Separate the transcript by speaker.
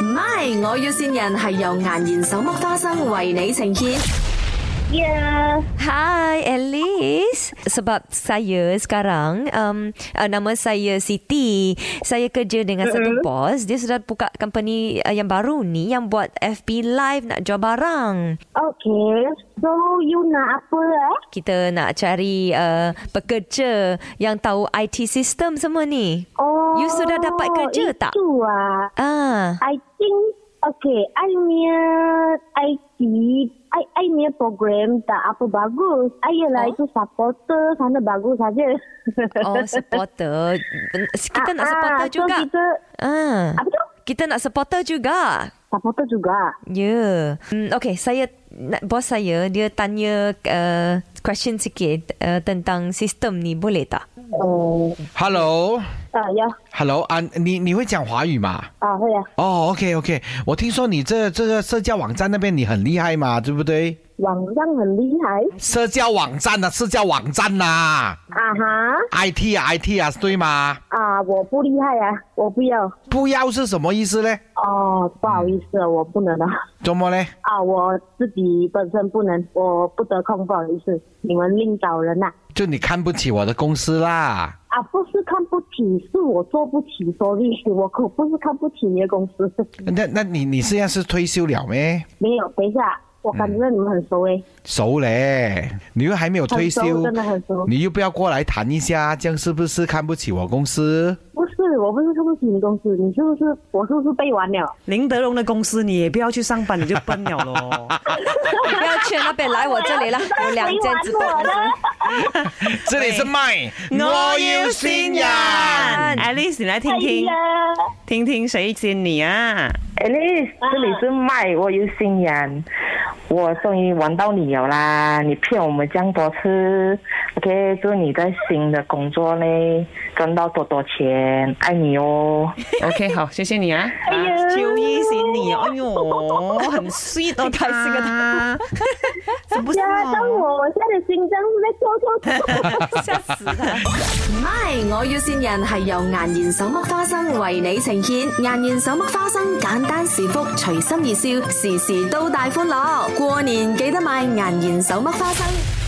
Speaker 1: 唔係，我要善人係由顏然手剝花生為你呈現。
Speaker 2: Ya,
Speaker 3: Hi Alice Sebab saya sekarang um, uh, Nama saya Siti Saya kerja dengan satu bos Dia sudah buka company uh, yang baru ni Yang buat FB Live nak jual barang
Speaker 2: okay. So, you nak apa eh?
Speaker 3: Kita nak cari uh, pekerja Yang tahu IT system semua ni
Speaker 2: Oh,
Speaker 3: You sudah dapat
Speaker 2: itu
Speaker 3: kerja tak?
Speaker 2: Itu ah.
Speaker 3: Ah,
Speaker 2: I think, okay, I punya IT, I, I punya program tak apa bagus. I ialah
Speaker 3: Oh.
Speaker 2: itu supporter, sana bagus saja.
Speaker 3: Oh supporter Kita
Speaker 2: Ah,
Speaker 3: nak
Speaker 2: ah,
Speaker 3: supporter
Speaker 2: so
Speaker 3: juga
Speaker 2: kita,
Speaker 3: ah.
Speaker 2: apa tu?
Speaker 3: Kita nak supporter juga
Speaker 2: Supporter juga.
Speaker 3: Ya. Yeah. Mm, okay, saya na- bos saya dia tanya uh, question sikit uh, tentang sistem ni boleh tak?
Speaker 2: Oh,
Speaker 4: Hello，Hello，
Speaker 2: ah, ya.
Speaker 4: 啊，你你会讲华语吗？
Speaker 2: Ah, ya.
Speaker 4: 哦，OK，OK、o k OK，我听说你这这个社交网站那边你很厉害嘛，对不对？
Speaker 2: Wang Zhang 很厉害。
Speaker 4: 社交网站的、社交网站呐、
Speaker 2: 啊哈，
Speaker 4: IT 啊 IT 啊，对吗？
Speaker 2: 啊，我不厉害啊，我不要。
Speaker 4: 不要是什么意思呢？
Speaker 2: 哦，不好意思，我不能啊。
Speaker 4: 怎么呢？
Speaker 2: 啊，我自己本身不能，我不得空，不好意思，你们另找人呐、
Speaker 4: 就你看不起我的公司啦？
Speaker 2: 啊。不是看不起，是我做不起，所以我可不是看不起你的公司。
Speaker 4: 那那你你现在是退休了咩？
Speaker 2: 没有，等一下，我感觉你们很熟诶、
Speaker 3: 嗯
Speaker 4: 熟嘞，你又还没有退
Speaker 2: 很熟
Speaker 4: 休
Speaker 2: 真的很熟，
Speaker 4: 你又不要过来谈一下，这样是不是看不起我公司？
Speaker 2: 不是，我不是看不起你公司，你是不是我是不是背完了？
Speaker 5: 林德荣的公司你也不要去上班，你就笨了 咯。
Speaker 3: 不要去那边，来我这里啦，有两
Speaker 2: 背
Speaker 3: 间
Speaker 2: 完
Speaker 3: 直播
Speaker 2: 我
Speaker 3: 公
Speaker 2: 了
Speaker 3: 司。。
Speaker 4: 这里是麦，
Speaker 5: 新，Alice，你来听
Speaker 2: 哎
Speaker 5: 听，
Speaker 2: 呀，
Speaker 5: 听听谁先你啊？
Speaker 6: Alice，这里是麦，我有新人，我终于玩到你有啦！你骗我们这样多次，OK，祝你在新的工作内赚到多多钱，爱你哦。
Speaker 5: OK，好，谢谢你啊。
Speaker 2: 哎
Speaker 5: 秋意是你，哎呦，很 sweet 哦，他是个他， 怎不是
Speaker 2: 加上
Speaker 5: 哦？
Speaker 2: 我，我现在的心脏是在跳跳跳。
Speaker 1: 唔係，我要善人係由顏然手剝花生為你呈現。顏然手剝花生，簡單是福，隨心而笑，時時都大歡樂。過年記得買顏然手剝花生。